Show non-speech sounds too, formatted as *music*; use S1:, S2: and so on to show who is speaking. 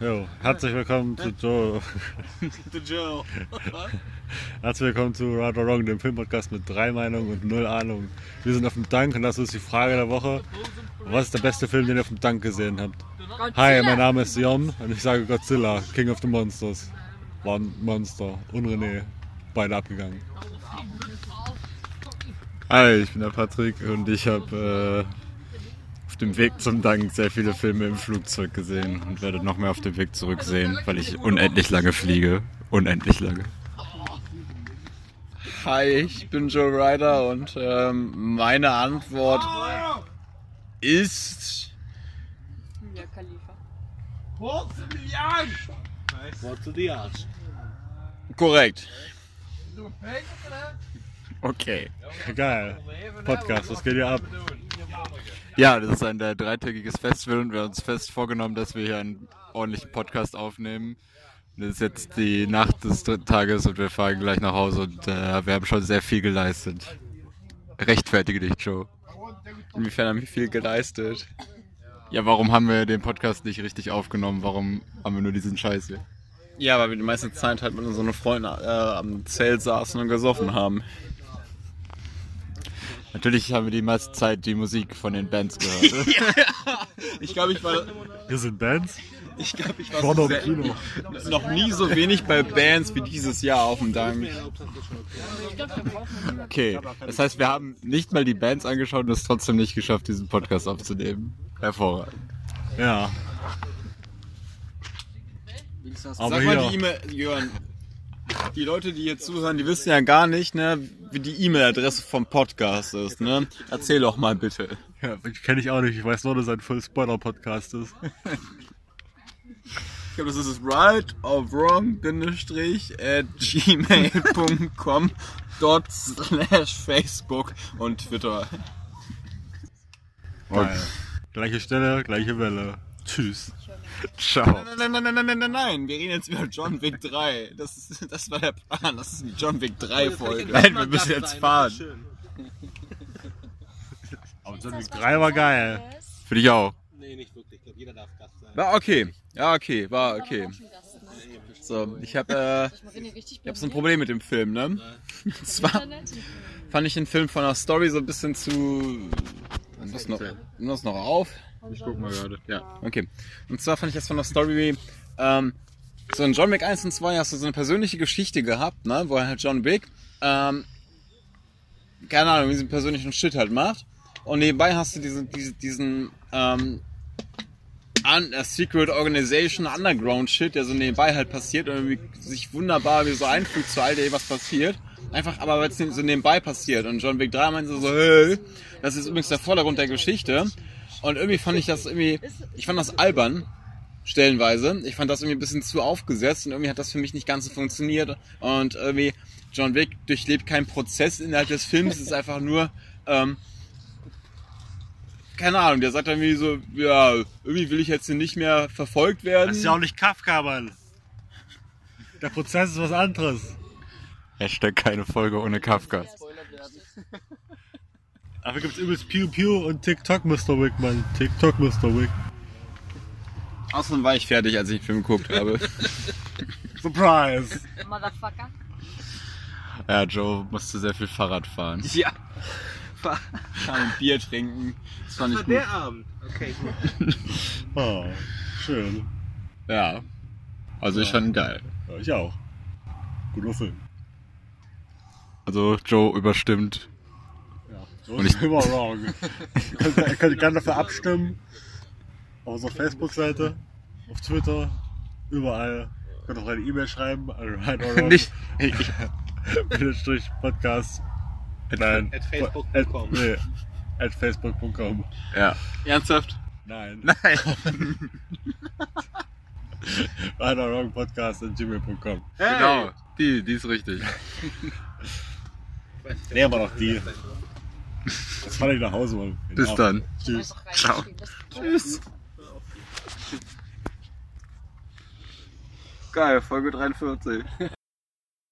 S1: Jo, herzlich willkommen zu Joe.
S2: The Joe.
S1: Herzlich willkommen zu Right or Wrong, dem Filmpodcast mit drei Meinungen und null Ahnung. Wir sind auf dem Dank und das ist die Frage der Woche. Was ist der beste Film, den ihr auf dem Dank gesehen habt? Hi, mein Name ist Sion und ich sage Godzilla, King of the Monsters. War ein Monster. Und René. Beide abgegangen.
S3: Hi, ich bin der Patrick und ich habe äh, auf dem Weg zum Dank sehr viele Filme im Flugzeug gesehen und werde noch mehr auf dem Weg zurück sehen, weil ich unendlich lange fliege. Unendlich lange.
S4: Hi, ich bin Joe Ryder und ähm, meine Antwort ist.
S5: Ja, Hm, Khalifa.
S2: What's in the Arsch? What's in the Arsch?
S4: Korrekt.
S3: Okay.
S1: Geil. Podcast, was geht hier ab?
S3: Ja, das ist ein äh, dreitägiges Festival und wir haben uns fest vorgenommen, dass wir hier einen ordentlichen Podcast aufnehmen. Und Es ist jetzt die Nacht des dritten Tages und wir fahren gleich nach Hause und äh, wir haben schon sehr viel geleistet. Rechtfertige dich, Joe.
S4: Inwiefern haben wir viel geleistet?
S3: Ja, warum haben wir den Podcast nicht richtig aufgenommen? Warum haben wir nur diesen Scheiß hier?
S4: Ja, weil wir die meiste Zeit halt mit unseren Freunden äh, am Zelt saßen und gesoffen haben.
S3: Natürlich haben wir die meiste Zeit die Musik von den Bands gehört.
S4: Ich glaube, ich war,
S1: Wir sind Bands.
S4: ich glaub, ich war
S1: War
S4: so
S1: noch im
S4: sehr,
S1: Kino.
S4: noch nie so wenig bei Bands wie dieses Jahr auf dem Dank.
S3: okay, das heißt, wir haben nicht mal die Bands angeschaut und es trotzdem nicht geschafft, diesen Podcast aufzunehmen. Hervorragend.
S1: Ja. Aber
S4: Sag mal
S1: hier-
S4: die E-Mail, Jörn. Die Leute, die hier zuhören, die wissen ja gar nicht, ne, wie die E-Mail-Adresse vom Podcast ist. Ne? Erzähl doch mal bitte.
S1: ja Kenne ich auch nicht. Ich weiß nur, dass es ein Full-Spoiler-Podcast
S4: *laughs*
S1: ist.
S4: Ich glaube, das ist right or wrong at gmail.com dot slash Facebook und Twitter.
S1: Geil. Gleiche Stelle, gleiche Welle. Tschüss.
S3: Ciao.
S4: Nein, nein, nein, nein, nein, nein, nein, nein. Wir reden jetzt über John Wick 3. Das, ist, das war der Plan. Das ist die John Wick 3 Folge. Nein, wir müssen jetzt fahren.
S1: Aber John Wick 3 war geil.
S3: Für dich auch.
S2: Nee, nicht wirklich. Ich glaube, jeder darf Gast sein.
S4: War okay. Ja, okay. War okay.
S5: Schon Gast, ne?
S4: So, ich habe äh,
S5: Ich mache ihn richtig
S4: ich hab so ein Problem mit dem Film, ne? *laughs* Es war,
S5: Internet.
S4: fand ich den Film von der Story so ein bisschen zu. Nimm das noch, nimm das noch auf.
S3: Ich guck mal gerade. Ja.
S4: Okay. Und zwar fand ich das von der Story, ähm, so in John Wick 1 und 2 hast du so eine persönliche Geschichte gehabt, ne, wo halt John Wick, ähm, keine Ahnung, diesen persönlichen Shit halt macht. Und nebenbei hast du diesen, diesen, diesen ähm, un, äh, Secret Organization Underground Shit, der so nebenbei halt passiert und irgendwie sich wunderbar wie so einfügt zu all dem, was passiert. Einfach, aber weil es so nebenbei passiert. Und John Wick 3 meinte so, hey, das ist übrigens der Vordergrund der Geschichte. Und irgendwie fand ich das irgendwie, ich fand das albern, stellenweise. Ich fand das irgendwie ein bisschen zu aufgesetzt und irgendwie hat das für mich nicht ganz so funktioniert. Und irgendwie, John Wick durchlebt keinen Prozess innerhalb des Films, es ist einfach nur, ähm, keine Ahnung, der sagt dann irgendwie so, ja, irgendwie will ich jetzt hier nicht mehr verfolgt werden.
S1: Das ist ja auch nicht Kafka, Mann. Der Prozess ist was anderes.
S3: Hashtag keine Folge ohne Kafka.
S1: Dafür gibt's übelst Pew Pew und TikTok Mr. Wick, Mann. TikTok Mr. Wick.
S4: Außerdem war ich fertig, als ich den Film geguckt habe.
S1: Surprise!
S5: Motherfucker.
S3: *laughs* Ja, Joe musste sehr viel Fahrrad fahren.
S4: ja. Kann ein Bier trinken. Das fand ich gut.
S2: Ah, Der Abend. Okay, gut.
S1: Oh, schön.
S4: Ja.
S3: Also ich fand ihn geil.
S1: Ja, ich auch. Guter Film.
S3: Also Joe überstimmt.
S1: Ja. So
S3: Und
S1: ist
S3: ich-
S1: immer wrong. ihr könnt, ihr könnt gerne dafür abstimmen. Auf unserer Facebook-Seite, auf Twitter, überall. Ihr könnt auch eine E-Mail schreiben
S3: *laughs*
S1: an
S3: Nicht-
S1: *laughs* Bindestrich Podcast. Nein.
S2: at facebook.com.
S1: At, nee, at facebook.com.
S3: Ja.
S4: Ernsthaft?
S1: Nein. *laughs*
S3: Nein.
S1: Right or wrong podcast at gmail.com.
S3: Genau. Die, die ist richtig.
S1: Nee, aber noch die. *laughs* Jetzt fahr ich nach Hause, Mann.
S3: Bis
S1: Genau.
S3: dann.
S1: Tschüss.
S5: Einfach
S3: Ciao.
S5: reingeschrieben, das ist doof.
S4: Tschüss. Geil, Folge 43.